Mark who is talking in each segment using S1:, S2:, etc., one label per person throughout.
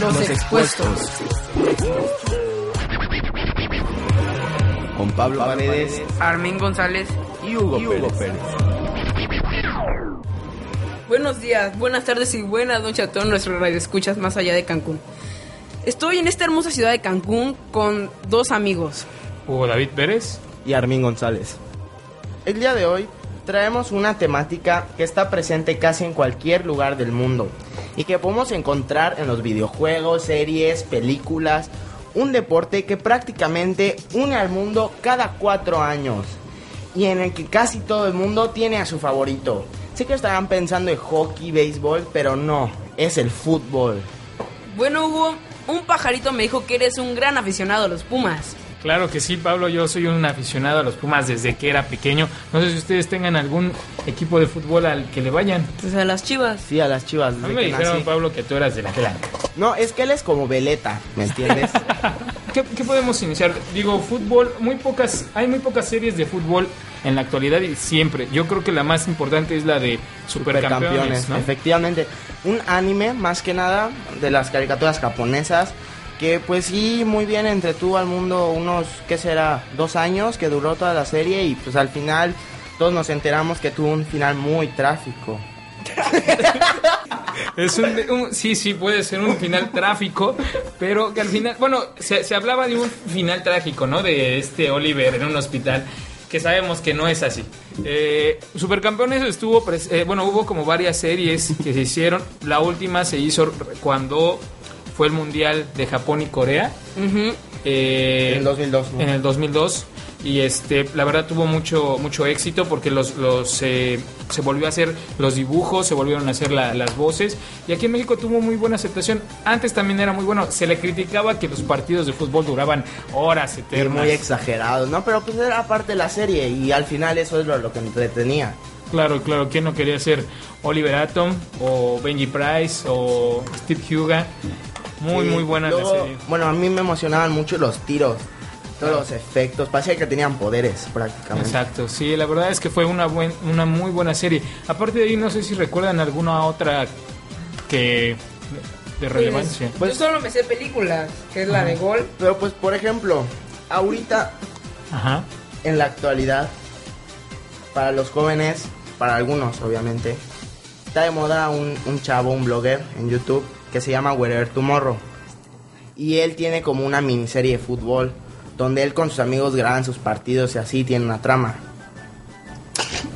S1: Los, expuestos.
S2: Con Pablo Paredes
S1: Armin González
S2: y Hugo, Pérez.
S1: Buenos días, buenas tardes y buenas noches a todos nuestros radioescuchas más allá de Cancún. Estoy en esta hermosa ciudad de Cancún con dos amigos.
S3: Hugo David Pérez.
S2: y Armin González.
S4: El día de hoy traemos una temática que está presente casi en cualquier lugar del mundo y que podemos encontrar en los videojuegos, series, películas, un deporte que prácticamente une al mundo cada cuatro años y en el que casi todo el mundo tiene a su favorito. Sé que estarán pensando en hockey, béisbol, pero no, es el fútbol.
S1: Bueno, Hugo, un pajarito me dijo que eres un gran aficionado a los Pumas.
S3: Claro que sí, Pablo, yo soy un aficionado a los Pumas desde que era pequeño. No sé si ustedes tengan algún equipo de fútbol al que le vayan.
S1: Entonces Pues a las chivas.
S4: Sí, a las chivas.
S3: A
S4: desde
S3: mí me
S4: que
S3: dijeron,
S4: nací.
S3: Pablo, que tú eras de la clan.
S4: No, es que él es como veleta, ¿me entiendes?
S3: ¿Qué, qué podemos iniciar? Digo, fútbol, muy pocas, hay muy pocas series de fútbol en la actualidad y siempre. Yo creo que la más importante es la de Supercampeones,
S4: Supercampeones,
S3: ¿no?
S4: efectivamente. Un anime, más que nada, de las caricaturas japonesas, que pues sí, muy bien entretuvo al mundo unos, ¿qué será? Dos años que duró toda la serie y pues al final todos nos enteramos que tuvo un final muy trágico.
S3: Es un, un- sí, sí, puede ser un final tráfico, pero que al final, bueno, se, se hablaba de un final trágico, ¿no? De este Oliver en un hospital, que sabemos que no es así. Eh, Supercampeones estuvo, pres- eh, bueno, hubo como varias series que se hicieron. La última se hizo cuando fue el Mundial de Japón y Corea.
S1: Ujú.
S3: Eh,
S4: En el 2002, ¿no?
S3: En el 2002. Y este, la verdad tuvo mucho, mucho éxito porque los, los, eh, se volvió a hacer los dibujos, se volvieron a hacer la- las voces. Y aquí en México tuvo muy buena aceptación. Antes también era muy bueno. Se le criticaba que los partidos de fútbol duraban horas
S4: Y
S3: eternas.
S4: muy exagerado, ¿no? Pero pues era parte de la serie y al final eso es lo, lo que entretenía.
S3: Claro, claro, ¿quién no quería ser Oliver Atom o Benji Price o Steve Huga? Muy,
S4: Sí,
S3: muy buena la
S4: luego,
S3: serie.
S4: Bueno, a mí me emocionaban mucho los tiros, todos los efectos, parecía que tenían poderes prácticamente.
S3: Exacto, sí, la verdad es que fue una, buen, una muy buena serie. Aparte de ahí, no sé si recuerdan alguna otra que de relevancia.
S4: Pues-
S1: Yo solo me sé películas, que es la de Gol.
S4: Pero pues, por ejemplo, ahorita
S3: Ajá.
S4: en la actualidad, para los jóvenes, para algunos obviamente, está de moda un, un chavo, un blogger en YouTube que se llama Wherever Tomorrow. Y él tiene como una miniserie de fútbol, donde él con sus amigos graban sus partidos y así tiene una trama.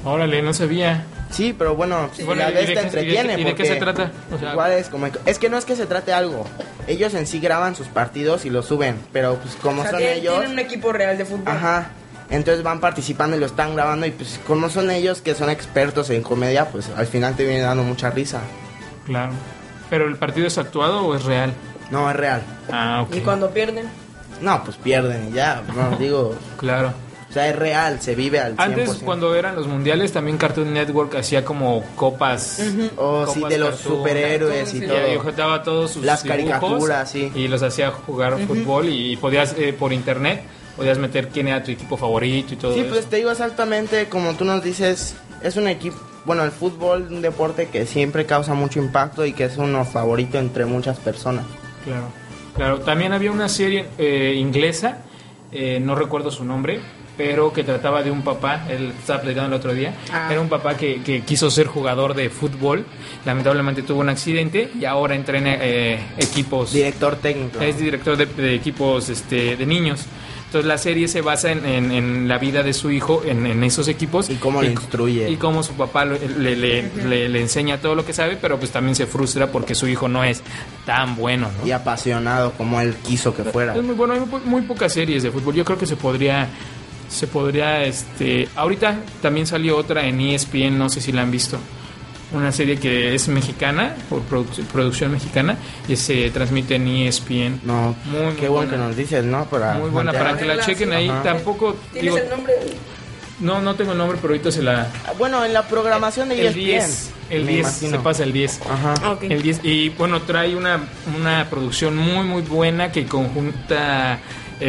S3: Órale, no sabía.
S4: Sí, pero bueno, si
S3: Bueno,
S4: la
S3: ¿y
S4: vez
S3: de
S4: te
S3: qué se- y de-
S4: entretiene.
S3: y de qué
S4: porque
S3: se trata? O sea-
S4: igual es, como, es que no es que se trate algo. Ellos en sí graban sus partidos y los suben, pero pues como son ellos...
S1: equipo real de fútbol.
S4: Ajá. Entonces van participando y lo están grabando y pues como son ellos que son expertos en comedia, pues al final te viene dando mucha risa.
S3: Claro. ¿Pero el partido es actuado o es real?
S4: No, es real.
S3: Ah, ok.
S1: Y cuando pierden.
S4: No, pues pierden y ya, no, digo,
S3: Claro.
S4: o sea, es real, se vive al 100%.
S3: Antes, cuando eran los mundiales, también Cartoon Network hacía como copas.
S4: Oh, sí,
S3: copas
S4: de los
S3: cartoon.
S4: superhéroes y
S1: Sí,
S4: todo.
S3: Y juntaba todos sus
S4: Las
S3: dibujos
S4: caricaturas, sí.
S3: Y los hacía jugar fútbol y podías, eh, por internet, podías meter quién era tu equipo favorito y todo
S4: Sí,
S3: eso.
S4: pues te digo exactamente como tú nos dices, es un equipo, bueno, el fútbol, un deporte que siempre causa mucho impacto y que es uno favorito entre muchas personas.
S3: Claro, claro. También había una serie eh, inglesa, eh, no recuerdo su nombre, pero que trataba de un papá, él estaba platicando el otro día,
S1: Ah.
S3: era un papá que, que quiso ser jugador de fútbol, lamentablemente tuvo un accidente y ahora entrena eh, equipos,
S4: Director técnico.
S3: es director de, de equipos este, de niños. Entonces la serie se basa en, en- en la vida de su hijo, en, en esos equipos.
S4: Y cómo lo instruye.
S3: Y cómo su papá lo- le, le- le- le enseña todo lo que sabe, pero pues también se frustra porque su hijo no es tan bueno. ¿no?
S4: Y apasionado como él quiso que fuera.
S3: Es muy bueno, hay muy, po- muy pocas series de fútbol. Yo creo que se podría se podría este ahorita también salió otra en E ESPN, no sé si la han visto. Una serie que es mexicana, por produc- producción mexicana y se transmite en E ESPN.
S4: No,
S3: Muy, muy
S4: qué bueno
S3: buena.
S4: que nos dices, ¿no? Para
S3: Muy buena para que
S4: mantener-
S3: la chequen ahí.
S4: Ajá.
S3: Tampoco digo,
S1: nombre?
S3: no no tengo el nombre, pero ahorita se la
S4: Ah, Bueno, en la programación de E
S3: el
S4: ESPN.
S3: 10, el
S4: me
S3: 10 se
S4: imagino.
S3: pasa el 10.
S4: Ajá.
S1: Ah, ok.
S3: El 10, y bueno, trae una, una producción muy muy buena que conjunta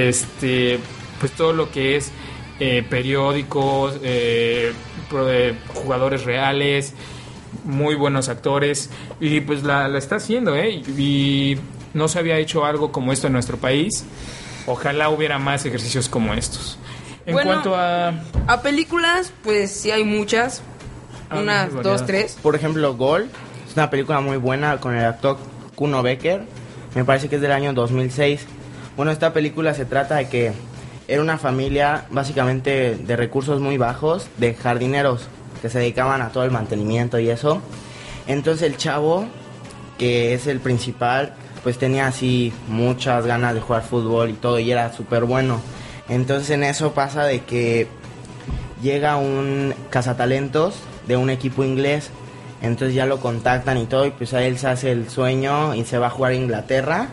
S3: este pues todo lo que es eh, periódicos, eh, pro- eh, jugadores reales, muy buenos actores y pues la, la está haciendo, ¿eh? Y no se había hecho algo como esto en nuestro país. Ojalá hubiera más ejercicios como estos. En
S1: Bueno,
S3: cuanto a...
S1: A películas, pues sí hay muchas.
S3: Ah,
S1: unas,
S3: muy variadas.
S1: dos, tres.
S4: Por ejemplo, Gol es una película muy buena con el actor Kuno Becker. Me parece que es del año 2006. Bueno, esta película se trata de que era una familia básicamente de recursos muy bajos, de jardineros que se dedicaban a todo el mantenimiento y eso. Entonces el chavo, que es el principal, pues tenía así muchas ganas de jugar fútbol y todo y era súper bueno. Entonces en eso pasa de que llega un cazatalentos de un equipo inglés. Entonces ya lo contactan y todo, y pues a él se hace el sueño y se va a jugar a Inglaterra.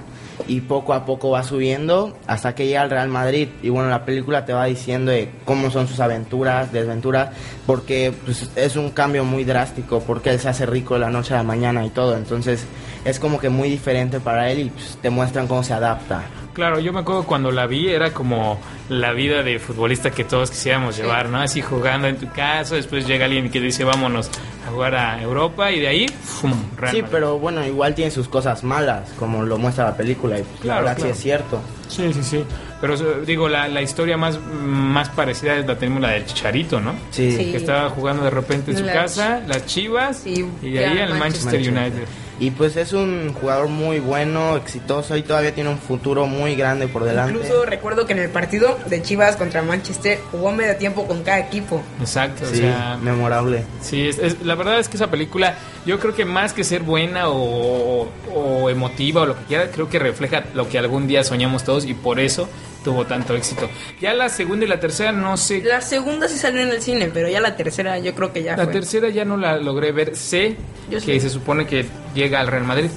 S4: Y poco a poco va subiendo hasta que llega al Real Madrid. Y bueno, la película te va diciendo de cómo son sus aventuras, desventuras, porque pues, es un cambio muy drástico, porque él se hace rico de la noche a la mañana y todo. Entonces es como que muy diferente para él y pues, te muestran cómo se adapta.
S3: Claro, yo me acuerdo cuando la vi, era como la vida de futbolista que todos quisiéramos llevar, ¿no? Así jugando en tu casa, después llega alguien que dice vámonos a jugar a Europa y de ahí, ¡fum! Real
S4: Sí,
S3: Madrid.
S4: pero bueno, igual tiene sus cosas malas, como lo muestra la película, y pues, la
S3: Claro,
S4: verdad
S3: claro.
S4: sí es cierto.
S3: Sí, sí, sí. Pero eh, digo, la, la historia más, más parecida es la tenemos la del Chicharito, ¿no?
S4: Sí.
S1: Sí.
S3: Que estaba jugando de repente en su
S1: La-
S3: casa, las Chivas,
S1: Sí,
S3: y de
S1: ya,
S3: ahí al Manchester,
S1: Manchester.
S3: United.
S4: Y pues es un jugador muy bueno, exitoso y todavía tiene un futuro muy grande por delante.
S1: Incluso recuerdo que en el partido de Chivas contra Manchester jugó a medio tiempo con cada equipo.
S3: Exacto,
S4: sí,
S3: o sea...
S4: memorable.
S3: Sí, es- es- la verdad es que esa película, yo creo que más que ser buena o, o emotiva o lo que quiera, creo que refleja lo que algún día soñamos todos y por eso tuvo tanto éxito. Ya la segunda y la tercera, no sé.
S1: La segunda sí salió en el cine, pero ya la tercera yo creo que ya
S3: La
S1: fue.
S3: tercera ya no la logré ver. Sé
S1: Yo
S3: que
S1: sí.
S3: se supone que llega al Real Madrid,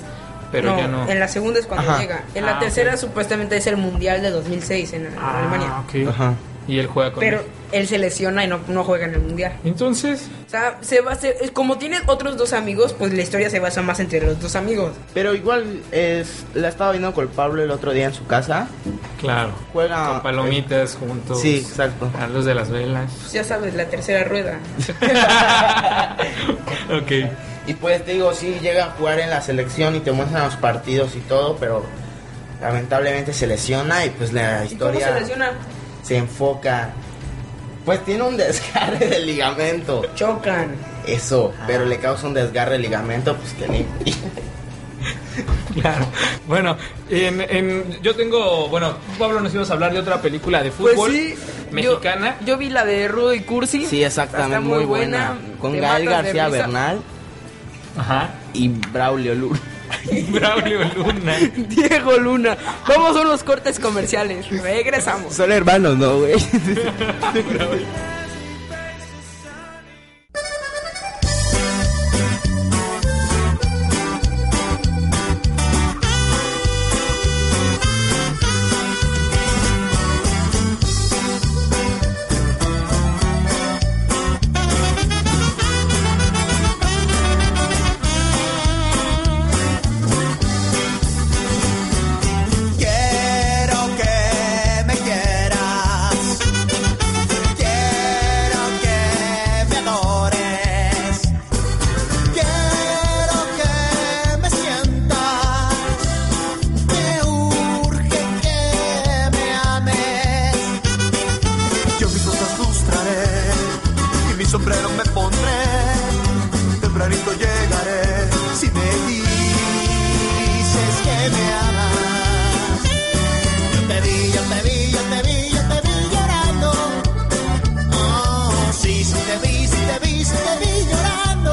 S3: pero
S1: no,
S3: ya no.
S1: En la segunda es cuando
S4: Ajá.
S1: llega. En la
S3: Ah,
S1: tercera supuestamente es el Mundial de 2006 en
S3: Ah,
S1: Alemania.
S3: ok.
S4: Ajá.
S3: Y él juega con
S1: Pero
S3: él.
S1: él se lesiona y no, no juega en el Mundial.
S3: Entonces,
S1: O sea, se va a hacer- como tiene otros dos amigos, pues la historia se basa más entre los dos amigos.
S4: Pero igual es la estaba viendo con Pablo el otro día en su casa.
S3: claro.
S4: Juega
S3: Con palomitas juntos.
S4: Sí, exacto.
S3: A los de las velas.
S1: Pues ya sabes, la tercera rueda.
S3: ok.
S4: Y pues te digo, sí llega a jugar en la selección y te muestran los partidos y todo, pero lamentablemente se lesiona y pues la
S1: ¿Y cómo
S4: historia
S1: se lesiona?
S4: se enfoca. Pues tiene un desgarre del ligamento.
S1: Chocan.
S4: Eso,
S1: Ah.
S4: pero le causa un desgarre de ligamento, pues que ni.
S3: Claro. Bueno, en- en- yo tengo. Bueno, tú, Pablo nos ibas a hablar de otra película de fútbol mexicana.
S1: Pues Yo, yo vi la de Rudo y Cursi.
S4: Sí, exactamente,
S1: Está
S4: muy, buena. Con
S1: Te
S4: Gael
S1: matas de
S4: García
S1: risa.
S4: Bernal
S3: Ajá.
S4: y Braulio Luna.
S3: Braulio Luna.
S1: Diego Luna. ¿Cómo son los cortes comerciales? Regresamos.
S2: Son hermanos, ¿no, güey?
S5: Quiero que me quieras, quiero que me adores, quiero que me sientas, me urge que me ames. Yo mis cosas lustraré y mi sombrero me pondré, tempranito llegaré si me dices que me amas. Yo te vi, yo te vi, yo te vi, yo te vi llorando. Oh, sí, sí te vi, sí te vi, sí te vi llorando.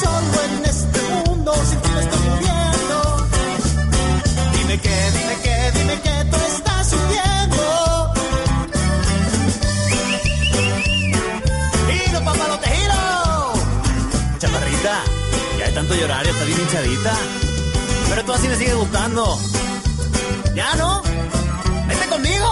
S5: Solo en este mundo sin ti me estoy muriendo. Dime que, dime que, dime que tú estás sufriendo. Giro, papá, lo te giro. Chaparrita, ya de tanto llorar ya está bien hinchadita. Pero tú así me sigues gustando. ¿Ya no? ¡Vete conmigo!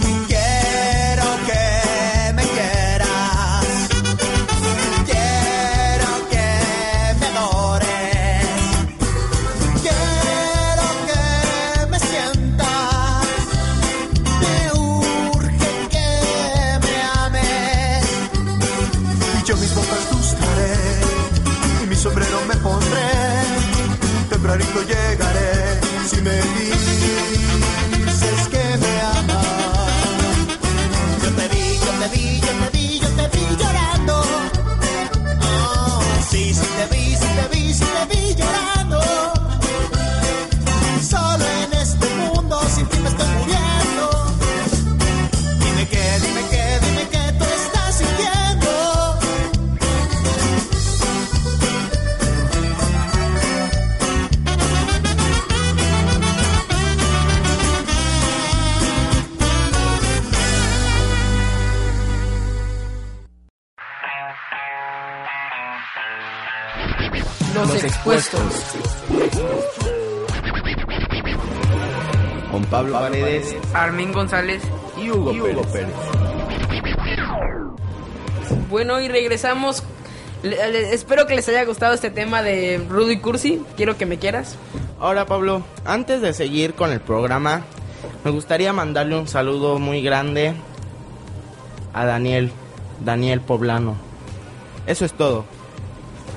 S5: Quiero que me quieras. Quiero que me adores. Quiero que me sientas. tempranito llegaré. Si me dices que me amas, yo te vi, yo te vi, yo te vi, yo te vi llorando. Oh, sí, sí te vi, sí te vi, sí te vi llorando. Solo en este mundo sin ti me estoy muriendo. Dime que, dime que, dime que tú estás sintiendo.
S1: Los, expuestos.
S2: Con Pablo Paredes
S1: Armin González.
S2: y Hugo, Pérez.
S1: Bueno, y regresamos. Le- le- espero que les haya gustado este tema de Rudo y Cursi. Quiero que me quieras.
S4: Ahora, Pablo, antes de seguir con el programa, me gustaría mandarle un saludo muy grande a Daniel, Daniel Poblano. Eso es todo.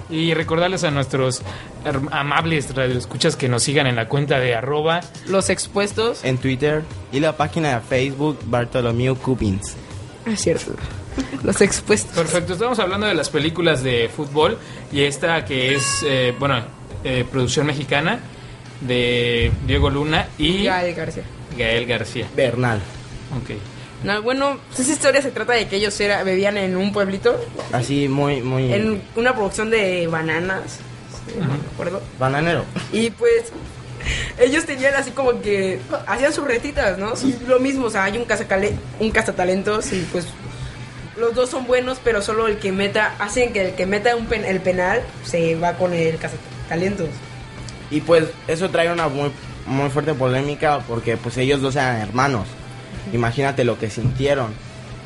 S3: Y recordarles a nuestros her- amables radioescuchas que nos sigan en la cuenta de arroba.
S1: Los expuestos.
S4: En Twitter y la página de Facebook Bartolomeu Cubins.
S1: Ah, Es cierto. Los expuestos.
S3: Perfecto, estamos hablando de las películas de fútbol y esta que es, eh, bueno, eh, producción mexicana de Diego Luna y
S1: Gael García.
S3: Gael García.
S4: Bernal.
S3: Ok.
S1: No, bueno, pues esa historia se trata de que ellos era, bebían en un pueblito,
S4: Así muy, muy...
S1: en una producción de bananas, sí, no me acuerdo.
S4: Bananero.
S1: Y pues ellos tenían así como que hacían sus retitas, ¿no? Sí, Lo mismo, o sea, hay un, cazacale, un cazatalentos y pues los dos son buenos, pero solo el que meta, hacen que el que meta un pen- el penal se va con el cazatalentos.
S4: Y pues eso trae una muy, muy fuerte polémica porque pues ellos dos eran hermanos. Imagínate lo que sintieron.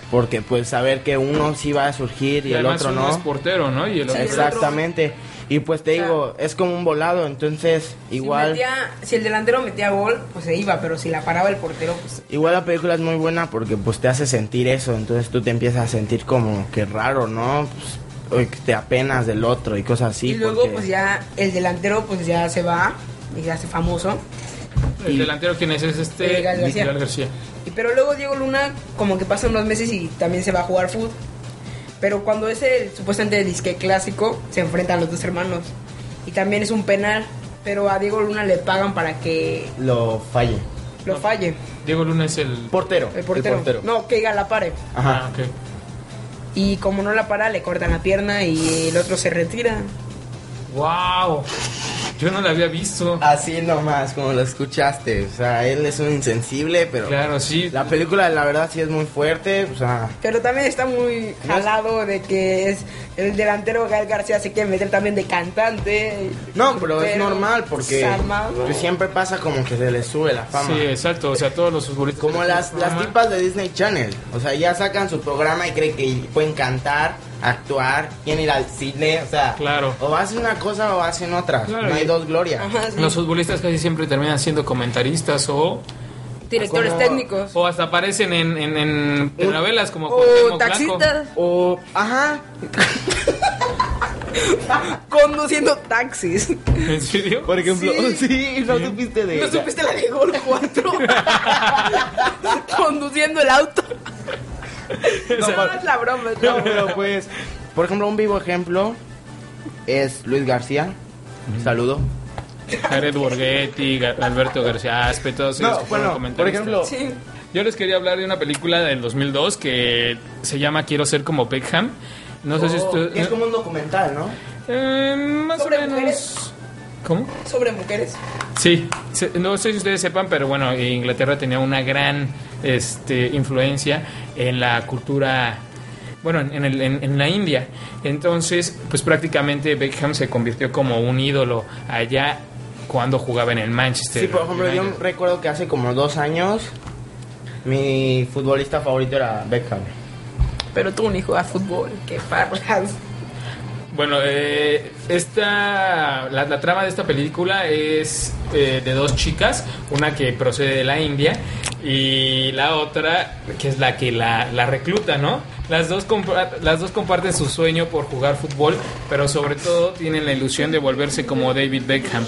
S4: Porque pues saber que uno sí va a surgir y, el
S3: además
S4: otro
S3: uno
S4: no.
S3: es portero, ¿no? Y el
S1: Sí,
S3: otro
S1: el otro-
S4: Exactamente. Y pues te
S1: O sea,
S4: digo, es como un volado, entonces
S1: Si,
S4: igual
S1: metía- si el delantero metía gol, pues se iba, pero si la paraba el portero, pues...
S4: igual la película es muy buena porque pues te hace sentir eso, entonces tú te empiezas a sentir como que raro, ¿no? Pues, uy, que te apenas del otro y cosas así.
S1: y luego
S4: porque-
S1: pues ya el delantero pues ya se va y se hace famoso.
S3: El delantero quién es, es este
S1: Eh, Gael García.
S3: Gael García.
S1: Y, pero luego Diego Luna como que pasa unos meses y también se va a jugar fútbol. Pero cuando es el supuestamente disque clásico, se enfrentan los dos hermanos. Y también es un penal, pero a Diego Luna le pagan para que
S4: lo falle.
S1: lo falle.
S3: Diego Luna es el
S4: Portero.
S1: El portero. No, que diga la pare.
S4: Ajá.
S3: Ah, ok.
S1: Y como no la para, le cortan la pierna y el otro se retira.
S3: Wow. Yo no la había visto.
S4: Así nomás, como lo escuchaste. O sea, él es un insensible, pero
S3: Claro, sí.
S4: la película la verdad sí es muy fuerte. O sea,
S1: Pero también está muy jalado de que es el delantero Gael García se quiere meter también de cantante.
S4: no, pero es
S1: Pero
S4: normal porque
S1: armado.
S4: pues, siempre pasa como que se le sube la fama.
S3: Sí, exacto. O sea, todos los futbolistas.
S4: Como las, las
S3: Ajá.
S4: tipas de Disney Channel. O sea, ya sacan su programa y creen que pueden cantar, actuar, quieren ir al cine. O sea,
S3: Claro.
S4: o hacen una cosa o hacen otra.
S3: Claro,
S4: no hay
S3: y-
S4: dos glorias.
S1: Ajá, sí.
S3: Los futbolistas casi siempre terminan siendo comentaristas o,
S1: Directores
S4: como-
S1: técnicos.
S3: o hasta aparecen en, en, en novelas como
S1: o
S3: Cuauhtémoc
S1: taxistas
S4: O, ajá,
S1: conduciendo taxis.
S3: Blanco. ¿En serio?
S4: por ejemplo, sí, no supiste de
S1: ¿No
S4: ella.
S1: supiste la de Gol 4? conduciendo el auto. No, es la broma. es la
S4: No,
S1: broma.
S4: pero pues, por ejemplo, un vivo ejemplo es Luis García. Saludo.
S3: Jared Borghetti, Ga- Alberto García Aspe, todos ellos que fueron
S4: por
S3: comentaristas.
S4: ejemplo,
S1: Sí.
S3: Yo les quería hablar de una película del 2002 que se llama Quiero ser como Beckham. No sé si esto...
S4: Oh, es como un documental, ¿no?
S3: Eh, más o
S1: ¿Sobre
S3: menos...
S1: mujeres?
S3: ¿Cómo?
S1: Sobre mujeres.
S3: Sí, se- no sé si ustedes sepan, pero bueno, Inglaterra tenía una gran este, influencia en la cultura, bueno, en, en el- en- en la India. Entonces, pues prácticamente Beckham se convirtió como un ídolo allá cuando jugaba en el Manchester.
S4: Sí, por ejemplo, yo
S3: United.
S4: recuerdo que hace como dos años mi futbolista favorito era Beckham.
S1: Pero tú, un hijo de fútbol, que parlas.
S3: Bueno, eh, esta, la, la trama de esta película es eh, de dos chicas, una que procede de la India y la otra que es la que la, la recluta, ¿no? Las dos, compa- las dos comparten su sueño por jugar fútbol, pero sobre todo tienen la ilusión de volverse como David Beckham.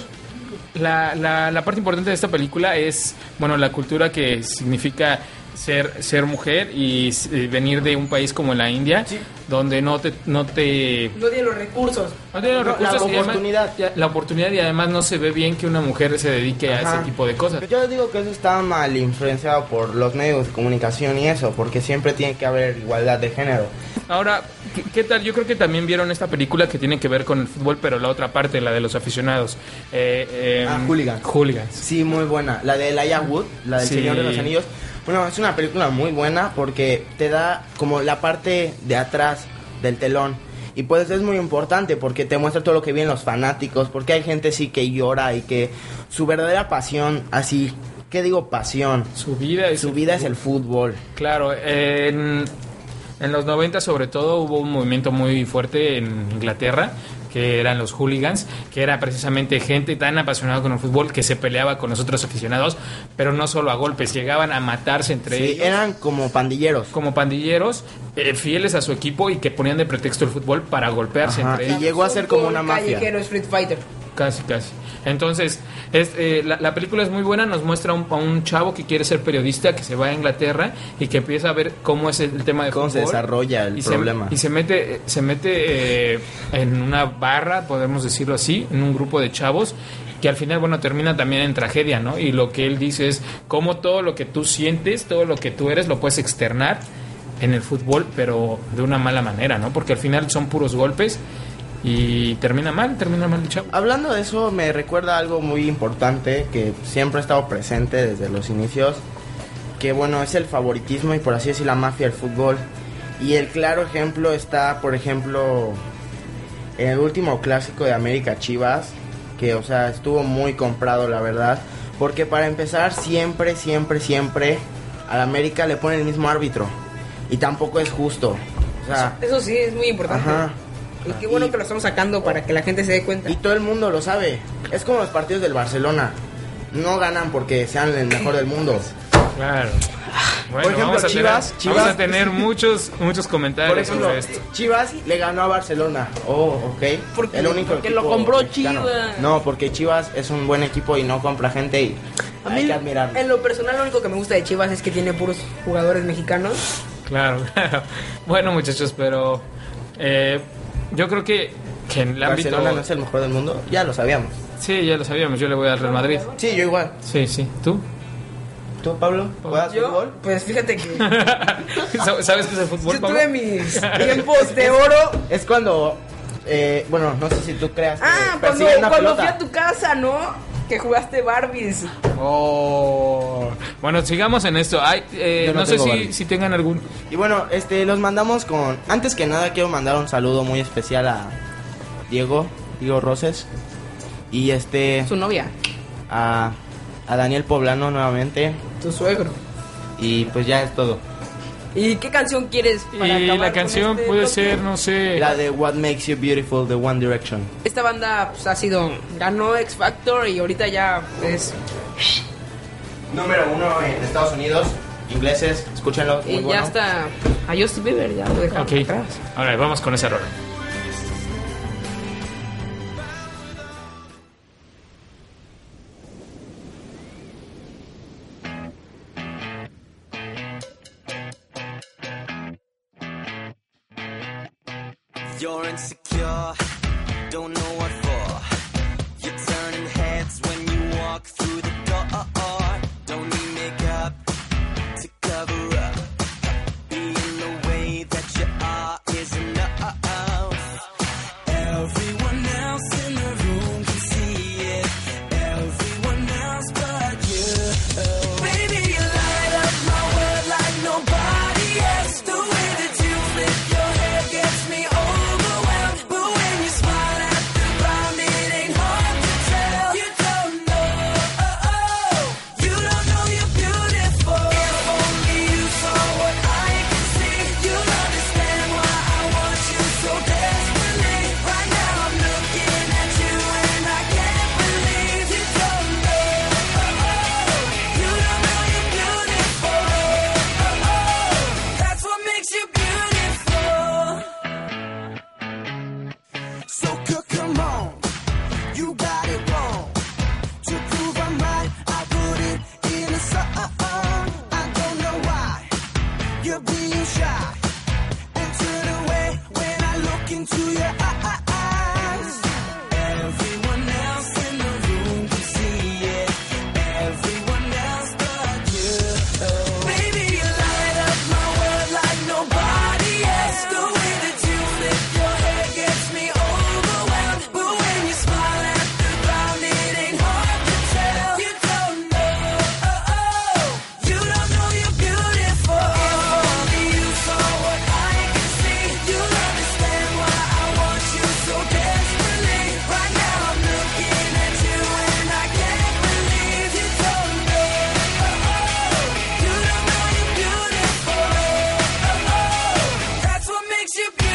S3: la, la- la parte importante de esta película es, bueno, la cultura que significa ser, ser mujer y eh, venir de un país como la India, donde no te, no te
S1: No tiene los recursos.
S3: no tiene los
S4: No, la
S3: recursos y además-
S4: oportunidad.
S3: ya- la oportunidad y además no se ve bien que una mujer se dedique a
S4: Ajá. Pues
S3: ese tipo de cosas.
S4: Yo digo que eso está mal influenciado por los medios de comunicación y eso, porque siempre tiene que haber igualdad de género.
S3: Ahora, ¿qué, qué tal? Yo creo que también vieron esta película que tiene que ver con el fútbol, pero la otra parte, la de los aficionados. Eh, eh,
S4: Ah, Hooligans.
S3: Hooligans.
S4: Sí, muy buena. La de Laia Wood, la del
S3: Sí.
S4: Señor de los Anillos. Bueno, es una película muy buena porque te da como la parte de atrás del telón. Y pues es muy importante porque te muestra todo lo que viven los fanáticos, porque hay gente sí que llora y que su verdadera pasión, así, ¿qué digo pasión?
S3: Su vida es
S4: Su vida es el fútbol.
S3: Claro, en, en los 90 sobre todo hubo un movimiento muy fuerte en Inglaterra que eran los hooligans, que era precisamente gente tan apasionada con el fútbol que se peleaba con los otros aficionados, pero no solo a golpes, llegaban a matarse entre
S4: Sí,
S3: ellos
S4: eran como pandilleros.
S3: como pandilleros eh, fieles a su equipo y que ponían de pretexto el fútbol para golpearse
S4: Ajá,
S3: entre
S4: y
S3: ellos.
S4: llegó a ser como una
S1: Un
S4: mafia.
S1: Callejero Street Fighter.
S3: Casi, casi. Entonces, es, eh, la, la película es muy buena, nos muestra un- a un chavo que quiere ser periodista, que se va a Inglaterra y que empieza a ver cómo es el, el tema de
S4: Cómo se
S3: fútbol.
S4: desarrolla el
S3: y
S4: problema.
S3: Se, y se mete, se mete eh, en una barra, podemos decirlo así, en un grupo de chavos que al final, bueno, termina también en tragedia, ¿no? Y lo que él dice es cómo todo lo que tú sientes, todo lo que tú eres, lo puedes externar en el fútbol, pero de una mala manera, ¿no? Porque al final son puros golpes y termina mal, termina mal el chavo.
S4: Hablando de eso, me recuerda algo muy importante que siempre ha estado presente desde los inicios, que bueno, es el favoritismo y por así decir la mafia del fútbol. Y el claro ejemplo está, por ejemplo, en el último clásico de América Chivas, que o sea, estuvo muy comprado la verdad, porque para empezar siempre, siempre, siempre al América le pone el mismo árbitro y tampoco es justo. O sea,
S1: Eso sí, es muy importante.
S4: Ajá.
S1: Y qué bueno
S4: Y-
S1: que lo estamos sacando para que la gente se dé cuenta.
S4: Y todo el mundo lo sabe. Es como los partidos del Barcelona. No ganan porque sean el mejor del mundo.
S3: Claro. Bueno,
S4: ejemplo,
S3: vamos, a
S4: Chivas,
S3: tener,
S4: Chivas.
S3: vamos a tener muchos, muchos comentarios
S4: Por ejemplo,
S3: sobre esto.
S4: Chivas le ganó a Barcelona. Oh, ok.
S1: Porque-
S4: el único
S1: porque lo
S4: equipo
S1: compró
S4: mexicano.
S1: Chivas.
S4: No, porque Chivas es un buen equipo y no compra gente y
S1: A
S4: hay
S1: mí,
S4: que admirarlo.
S1: en lo personal, lo único que me gusta de Chivas es que tiene puros jugadores mexicanos.
S3: Claro, claro. Bueno, muchachos, pero eh, yo creo que, que en el ámbito.
S4: Barcelona no es el mejor del mundo. Ya lo sabíamos.
S3: Sí, ya lo sabíamos. Yo le voy al Real Madrid.
S4: Sí, yo igual.
S3: Sí, sí. ¿Tú?
S4: ¿Tú, Pablo? ¿Juegas
S1: Yo,
S4: fútbol?
S1: pues fíjate que
S3: ¿Sab- ¿Sabes qué es el fútbol,
S1: yo
S3: Pablo?
S1: tuve mis tiempos de oro.
S4: Es cuando. eh, bueno, no sé si tú creas que
S3: Eh,
S1: Ah, cuando,
S4: persiguen una
S1: cuando fui
S4: pelota.
S1: a tu casa, ¿no? Que jugaste Barbies.
S3: Oh. Bueno, sigamos en esto. Ay, eh,
S4: Yo
S3: no,
S4: no
S3: sé
S4: tengo
S3: si,
S4: Barbie.
S3: si tengan algún.
S4: Y bueno, este, los mandamos con. Antes que nada, quiero mandar un saludo muy especial a Diego, Diego Roses. Y este.
S1: Su novia,
S4: A, a Daniel Poblano nuevamente.
S1: tu suegro.
S4: Y pues ya es todo.
S1: ¿Y qué canción quieres? para
S3: Y
S1: acabar
S3: la
S1: con
S3: canción
S1: este
S3: puede
S1: bloque?
S3: ser, no sé.
S4: La de What Makes You Beautiful de One Direction.
S1: Esta banda pues, ha sido. Ganó X Factor y ahorita ya pues, es.
S4: Número uno en Estados Unidos. Ingleses, escúchenlo.
S1: y ya está. A Justin Bieber ya lo dejamos
S3: Ok.
S1: atrás.
S3: Ahora vamos con ese error.
S6: You're insecure, don't know what for. You're turning heads when you walk through the door. Don't need makeup to cover up. Being the way that you are is enough. Everyone else in the room can see it. Everyone else but you. Baby, you light up my world like nobody else. The way that you flip your hair gets me overwhelmed. But when you smile at the ground, shy and turn away when I look into your eyes. Everyone else in the room can see it. Everyone else but you. Baby, you light up my world like nobody else. The way that you lift your head gets me overwhelmed. But when you smile at the ground, it ain't hard to tell. You don't know, you don't know you're beautiful. If only you saw what I can see, you'll understand why I want you so desperately. Right now I'm looking at you and I can't believe you don't know. You don't know you're beautiful. That's what makes you beautiful.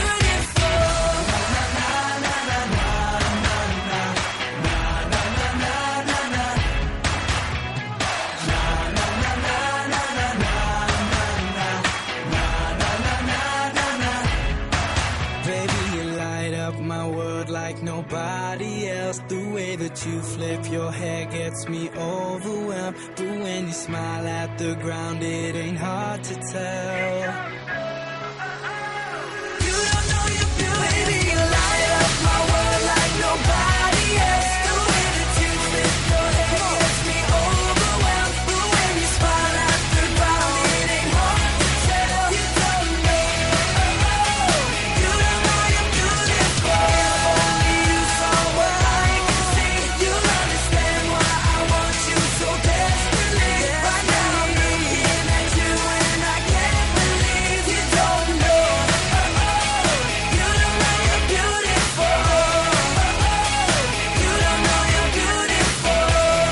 S6: Baby, you light up my world like nobody else. The way that you flip your hair gets me overwhelmed. But when you smile at the ground, it ain't hard to tell. You don't know you're beautiful. Baby, you light up my world like nobody else. The way that you flip your hair gets me overwhelmed. But when you smile at the ground, it ain't hard to tell. You don't know. You don't know you're beautiful. If only you saw what I can see, you'll understand why I want you so desperately. Right now I'm looking at you and I can't believe you don't know. You don't know you're beautiful. You don't know you're beautiful.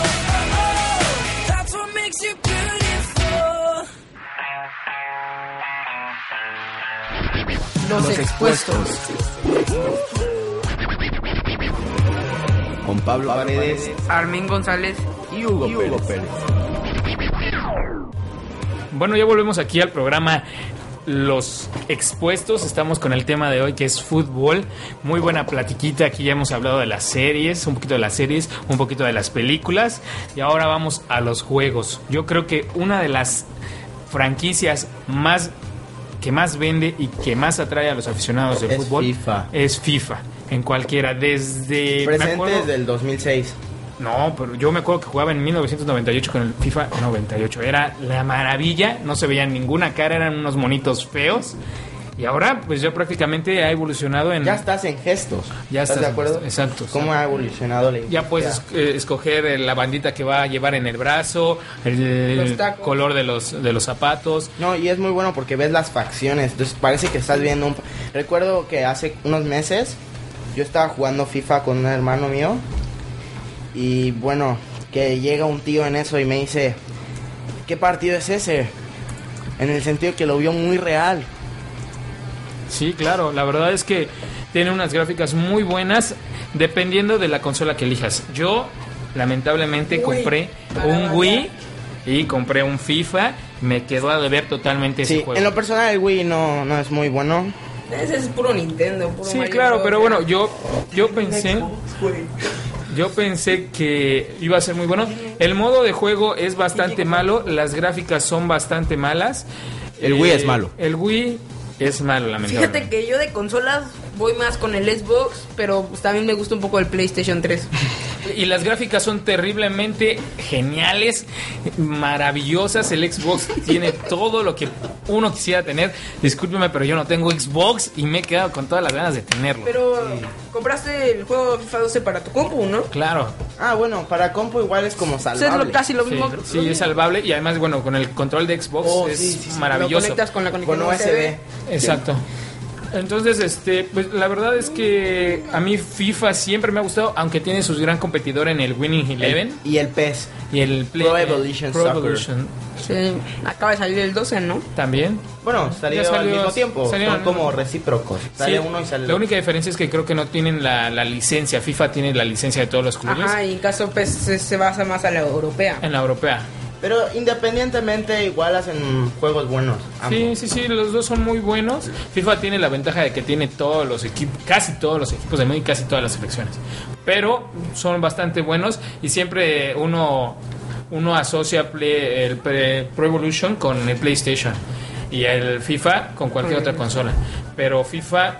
S6: That's what makes you beautiful.
S1: Los expuestos.
S2: Con Pablo Paredes
S1: Armin González.
S2: y Hugo, Pérez.
S3: Bueno, ya volvemos aquí al programa Los Expuestos. Estamos con el tema de hoy que es fútbol. Muy buena platiquita. Aquí ya hemos hablado de las series, un poquito de las series, un poquito de las películas. Y ahora vamos a los juegos. Yo creo que una de las franquicias más que más vende y que más atrae a los aficionados del
S4: Es
S3: fútbol
S4: FIFA.
S3: es FIFA. En cualquiera, desde... me
S4: Presente
S3: acuerdo-
S4: desde el 2006.
S3: no, pero yo me acuerdo que jugaba en 1998 con el FIFA 98. Era la maravilla, no se veía ninguna cara, eran unos monitos feos. Y ahora, pues ya prácticamente ha evolucionado en.
S4: Ya estás en gestos.
S3: Mm. Ya
S4: ¿Estás
S3: estás
S4: de
S3: en
S4: acuerdo?
S3: gestos, exacto,
S4: ¿Cómo ha evolucionado la
S3: Ya puedes
S4: industria?
S3: es- eh, escoger eh, la bandita que va a llevar en el brazo, el
S1: Los tacos.
S3: color de los, de los zapatos.
S4: No, y es muy bueno porque ves las facciones. Entonces parece que estás viendo un. Recuerdo que hace unos meses yo estaba jugando FIFA con un hermano mío. Y bueno, que llega un tío en eso y me dice: ¿Qué partido es ese? En el sentido que lo vio muy real.
S3: Sí, claro, la verdad es que tiene unas gráficas muy buenas dependiendo de la consola que elijas. Yo, lamentablemente,
S1: Uy,
S3: compré
S1: para
S3: un
S1: variar.
S3: Wii y compré un FIFA. Me quedó a deber totalmente ese
S4: Sí,
S3: juego.
S4: en lo personal el Wii no, no es muy bueno.
S1: Ese es puro Nintendo. Puro
S3: Sí,
S1: Mario
S3: claro,
S1: Bros.
S3: pero bueno, yo, yo pensé,
S1: Xbox, güey.
S3: yo pensé que iba a ser muy bueno. El modo de juego es bastante malo, las gráficas son bastante malas. Eh,
S2: El Wii es malo.
S3: El Wii es malo, lamentablemente.
S1: Fíjate que yo de consolas voy más con el Xbox, pero pues también me gusta un poco el PlayStation 3.
S3: Y las gráficas son terriblemente geniales, maravillosas. El Xbox tiene todo lo que uno quisiera tener. Discúlpeme, pero yo no tengo Xbox y me he quedado con todas las ganas de tenerlo.
S1: Pero compraste el juego FIFA 12 para tu compu, ¿no?
S3: claro,
S4: Ah, bueno, para compu igual es como
S1: O sea, es
S4: salvable.
S1: lo, casi lo
S3: sí,
S1: mismo.
S3: sí, es salvable. Y además, bueno, con el control de Xbox
S4: Oh,
S3: es
S4: sí, sí, sí.
S1: Lo
S3: maravilloso.
S1: conectas con la
S4: Con
S1: conexión
S4: USB.
S3: Exacto. Entonces, este, pues la verdad es que a mí FIFA siempre me ha gustado, aunque tiene sus gran competidor en el Winning Eleven
S4: Y el E PES.
S3: y el Play-
S4: Pro Evolution
S3: Pro
S4: Soccer.
S3: Evolution
S1: Sí, acaba de salir el 12, ¿no?
S3: también.
S4: Bueno, salió,
S3: Ya
S4: al
S3: salió-
S4: mismo tiempo.
S3: salieron
S4: Son
S3: al
S4: como
S3: mismo-
S4: recíprocos. Sale
S3: Sí,
S4: uno y sale el
S3: La
S4: otro.
S3: única diferencia es que creo que no tienen la, la licencia. FIFA tiene la licencia de todos los clubes
S1: Ajá, y en caso pues, se, se basa más a la europea.
S3: en la europea.
S4: Pero independientemente, igual hacen juegos buenos.
S3: Sí,
S4: ambos.
S3: sí, sí, los dos son muy buenos. FIFA tiene la ventaja de que tiene todos los equipos, casi todos los equipos del mundo y casi todas las selecciones. Pero son bastante buenos y siempre uno, uno asocia Play- el Pre- Pro Evolution con el PlayStation. y el FIFA con cualquier otra consola. Pero FIFA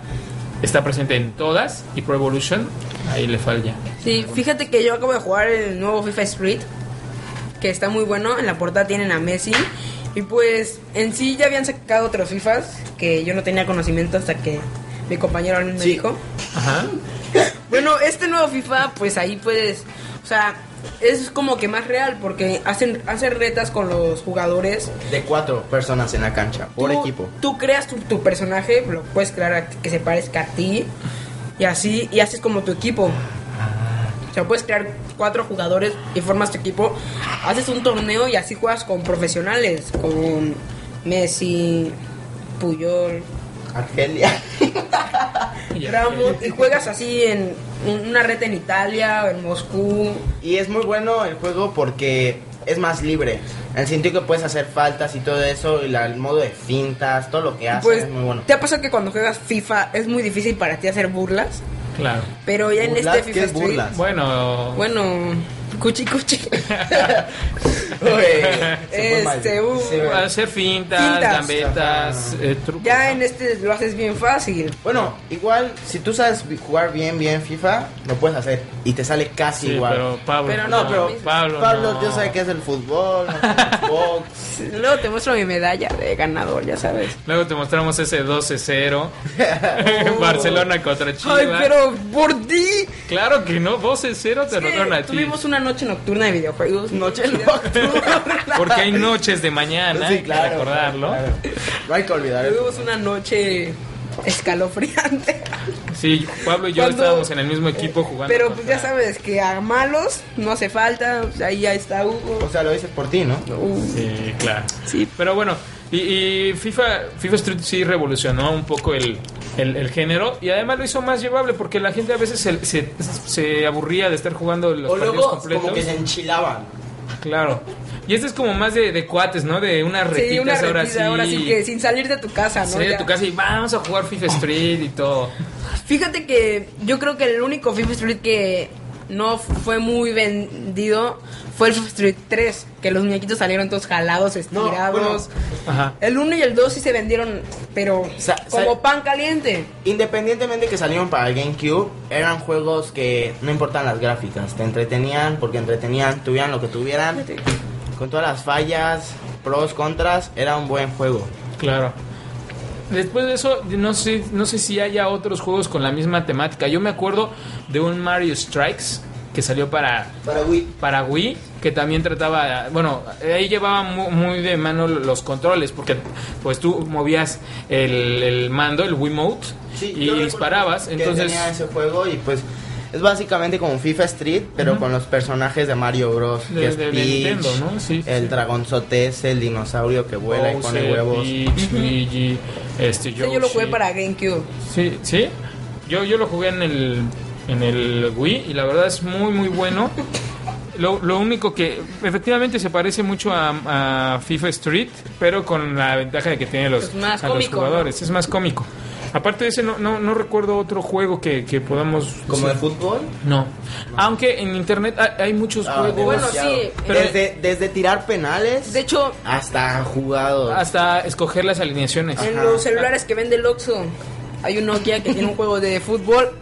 S3: está presente en todas y Pro Evolution ahí le falla.
S1: Sí, fíjate que yo acabo de jugar el nuevo FIFA Street, que está muy bueno. En la portada tienen a Messi. Y pues, en sí ya habían sacado otros FIFAs que yo no tenía conocimiento hasta que mi compañero me dijo.
S3: Ajá.
S1: Bueno, este nuevo FIFA, pues ahí puedes. O sea, es como que más real porque hacen, hacen retas con los jugadores.
S4: De cuatro personas en la cancha, por
S1: Tú-
S4: equipo.
S1: Tú creas tu, tu personaje, lo puedes crear a- que se parezca a ti. Y así, y haces como tu equipo. O sea, puedes crear cuatro jugadores y formas tu equipo. Haces un torneo y así juegas con profesionales. Con Messi, Puyol,
S4: Argelia.
S3: Y
S1: Ramos.
S3: aquí-
S1: Y juegas así en en una reta en Italia o en Moscú.
S4: Y es muy bueno el juego porque es más libre. En el sentido que puedes hacer faltas y todo eso, y la- el modo de fintas, todo lo que haces
S1: Pues,
S4: es Ah, muy bueno.
S1: ¿te ha pasado que cuando juegas FIFA es muy difícil para ti hacer burlas?
S3: Claro.
S1: Pero ya en
S4: ¿Burlas?
S1: este
S4: ¿Qué
S1: FIFA
S4: es
S1: Street-
S4: burlas?
S3: Bueno,
S1: Bueno, cuchi cuchi.
S3: eh,
S4: Uy,
S1: Este, uh,
S4: se fue mal.
S3: hacer fintas,
S1: Fintas.
S3: gambetas, eh, trucos.
S1: ya en este lo haces bien fácil.
S4: Bueno, igual, si tú sabes vi- jugar bien, bien FIFA, lo puedes hacer. Y te sale casi
S3: Sí,
S4: igual.
S3: pero Pablo.
S1: Pero
S4: no, pero
S3: Pablo,
S4: Pablo,
S3: no.
S4: yo sé que es el fútbol, no sé, el box.
S1: Luego te muestro mi medalla de ganador, ya sabes.
S3: Luego te mostramos ese 12-0. Barcelona contra Chivas.
S1: Ay, pero por ti.
S3: Claro que no, 12-0 te
S1: Es que
S3: rogaron a ti.
S1: Tuvimos una noche nocturna de videojuegos.
S4: Noche nocturna.
S3: Porque hay noches de mañana, hay que recordarlo.
S4: claro. No hay que olvidar eso.
S1: Tuvimos una noche escalofriante.
S3: Sí, Pablo y yo
S1: Cuando-
S3: estábamos en el mismo equipo jugando.
S1: Pero pues
S3: contra-
S1: ya sabes que a malos no hace falta. o sea, Ahí ya está
S4: O
S1: Hugo.
S4: sea, lo dices por ti, Pues ¿no?
S1: Uh,
S3: Sí, claro.
S1: Sí.
S3: Pero bueno, y, y FIFA, FIFA Street sí revolucionó un poco el, el- el género y además lo hizo más llevable porque la gente a veces se, se- se aburría de estar jugando los
S4: O
S3: partidos
S4: luego,
S3: completos.
S4: como que se enchilaban.
S3: Claro. Y este es como más de, de cuates, ¿no? De unas retitas
S1: sí, una
S3: ahora
S1: repisa, ahora sí que sin salir de tu casa, ¿no?
S3: Salir de
S1: Ya.
S3: tu casa y vamos a jugar FIFA Street y todo.
S1: Fíjate que yo creo que el único FIFA Street que no fue muy vendido fue el FIFA Street 3, que los muñequitos salieron todos jalados,
S4: No,
S1: estirados.
S3: Ajá.
S1: El 1 y el 2 sí se vendieron, pero
S4: Sa-
S1: como
S4: sa-
S1: pan caliente.
S4: Independientemente que salieron para el GameCube, eran juegos que no importan las gráficas, te entretenían porque entretenían, tuvieran lo que tuvieran, con todas las fallas, pros, contras, era un buen juego.
S3: Claro. Después de eso, no sé, no sé si haya otros juegos con la misma temática. Yo me acuerdo de un Mario Strikes que salió para,
S4: Para Wii.
S3: para Wii, que también trataba, bueno, ahí llevaba mu- muy, de mano los controles, porque pues tú movías el, el mando, el Wiimote, y disparabas. Entonces,
S4: tenía ese juego y pues es básicamente como FIFA Street, pero con los personajes de Mario Bros,
S3: De-
S4: que es
S3: de
S4: Peach,
S3: Nintendo, ¿no? Sí, sí,
S4: el
S3: sí.
S4: dragonzote ese, el dinosaurio que vuela y pone
S3: Bowser,
S4: huevos.
S3: Peach, oh, Luigi, este,
S1: Ese yo lo jugué
S3: Yoshi.
S1: para GameCube.
S3: Sí, sí. Yo, yo lo jugué en el, en el Wii y la verdad es muy, muy bueno. Lo, lo único que efectivamente se parece mucho a, a FIFA Street, pero con la ventaja de que tiene los,
S1: Es más
S3: a los
S1: cómico,
S3: jugadores. Es más cómico. Aparte de ese, no, no, no recuerdo otro juego que, que podamos...
S4: Como de fútbol,
S3: No. Aunque en internet hay, hay muchos
S4: Ah,
S3: juegos...
S1: Bueno,
S4: demasiado.
S1: sí,
S3: pero-
S4: desde, desde tirar penales
S1: De hecho,
S4: hasta jugado.
S3: Hasta escoger las alineaciones.
S1: en los celulares que vende el Oxxo hay un Nokia que tiene un juego de fútbol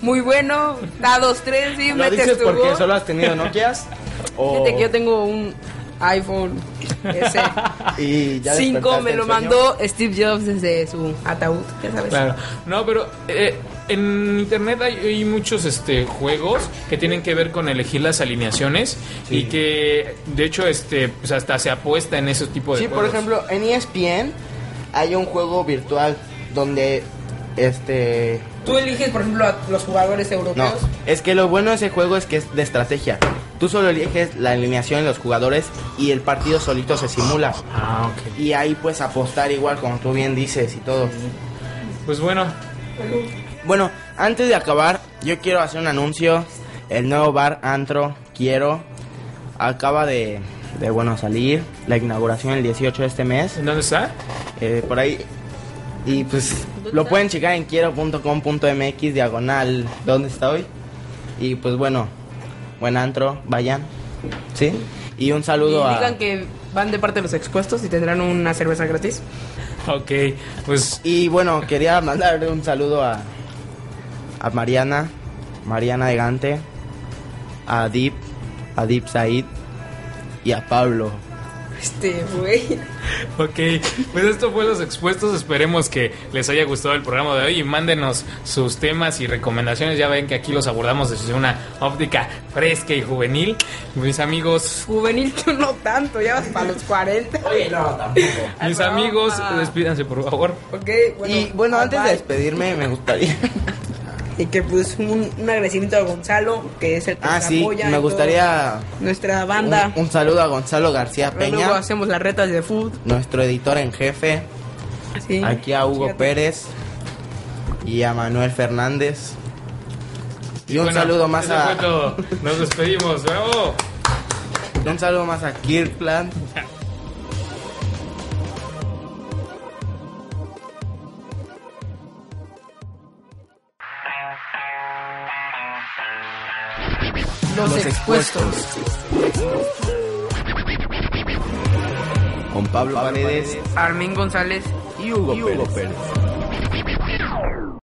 S1: muy bueno, da 2 3 y
S4: ¿Lo
S1: metes
S4: dices
S1: tu
S4: porque
S1: gol.
S4: solo has tenido Nokias? O-
S1: Fíjate que yo tengo un iPhone S
S4: y ya
S1: 5,
S4: despertaste
S1: me
S4: el
S1: lo
S4: sueño.
S1: mandó Steve Jobs desde su ataúd, ya sabes.
S3: Claro. No, pero eh, en internet hay, hay muchos este, juegos que tienen que ver con elegir las alineaciones y que de hecho este pues hasta se apuesta en ese tipo de
S4: Sí, por
S3: juegos.
S4: ejemplo, en E ESPN hay un juego virtual donde este
S1: Tú eliges, por ejemplo, a los jugadores
S4: no,
S1: europeos.
S4: es que lo bueno de ese juego es que es de estrategia. Tú solo eliges la alineación de los jugadores y el partido solito se simula.
S3: Ah, ok.
S4: Y ahí puedes apostar igual como tú bien dices y todo.
S3: Pues bueno,
S4: Bueno, antes de acabar, yo quiero hacer un anuncio. El nuevo bar Antro Quiero acaba de, de, bueno salir. La inauguración el 18 de este mes.
S3: ¿en dónde está?
S4: eh, por ahí. Y pues lo pueden checar en quiero.com.mx diagonal donde está hoy. Y pues bueno, buen antro, vayan. ¿Sí? Y un
S1: Y
S4: saludo a...
S1: digan que Van de parte de los expuestos y tendrán una cerveza gratis.
S3: Ok, pues
S4: Y bueno, quería mandarle un saludo a, a Mariana, Mariana de Gante, a Deep, a Deep Said y a Pablo.
S1: Este, güey.
S3: Ok, pues esto fue Los Expuestos. Esperemos que les haya gustado el programa de hoy y mándenos sus temas y recomendaciones. Ya ven que aquí los abordamos desde una óptica fresca y juvenil. Mis amigos,
S1: Juvenil, tú no tanto, ya vas para los 40. Ay,
S3: mis
S1: broma.
S3: amigos, despídanse por favor.
S1: Ok, bueno.
S4: y bueno,
S1: bye,
S4: antes de
S1: bye.
S4: despedirme, me gustaría.
S1: Y que pues un, un agradecimiento a Gonzalo, que es el que
S4: ah,
S1: nos
S4: sí,
S1: apoya en
S4: me
S1: todo.
S4: gustaría
S1: Nuestra
S4: un,
S1: banda.
S4: un saludo a Gonzalo García
S1: Luego
S4: Peña,
S1: hacemos las retas de food.
S4: nuestro editor en jefe,
S1: sí.
S4: aquí a Hugo
S1: Fíjate.
S4: Pérez y a Manuel Fernández. Y un
S3: Bueno,
S4: saludo más
S3: eso fue
S4: a
S3: todo. Nos despedimos. ¡Bravo!
S4: un saludo más a Kirkland
S2: Los expuestos. Con Pablo Paredes
S1: Armin González
S2: y Hugo Pérez.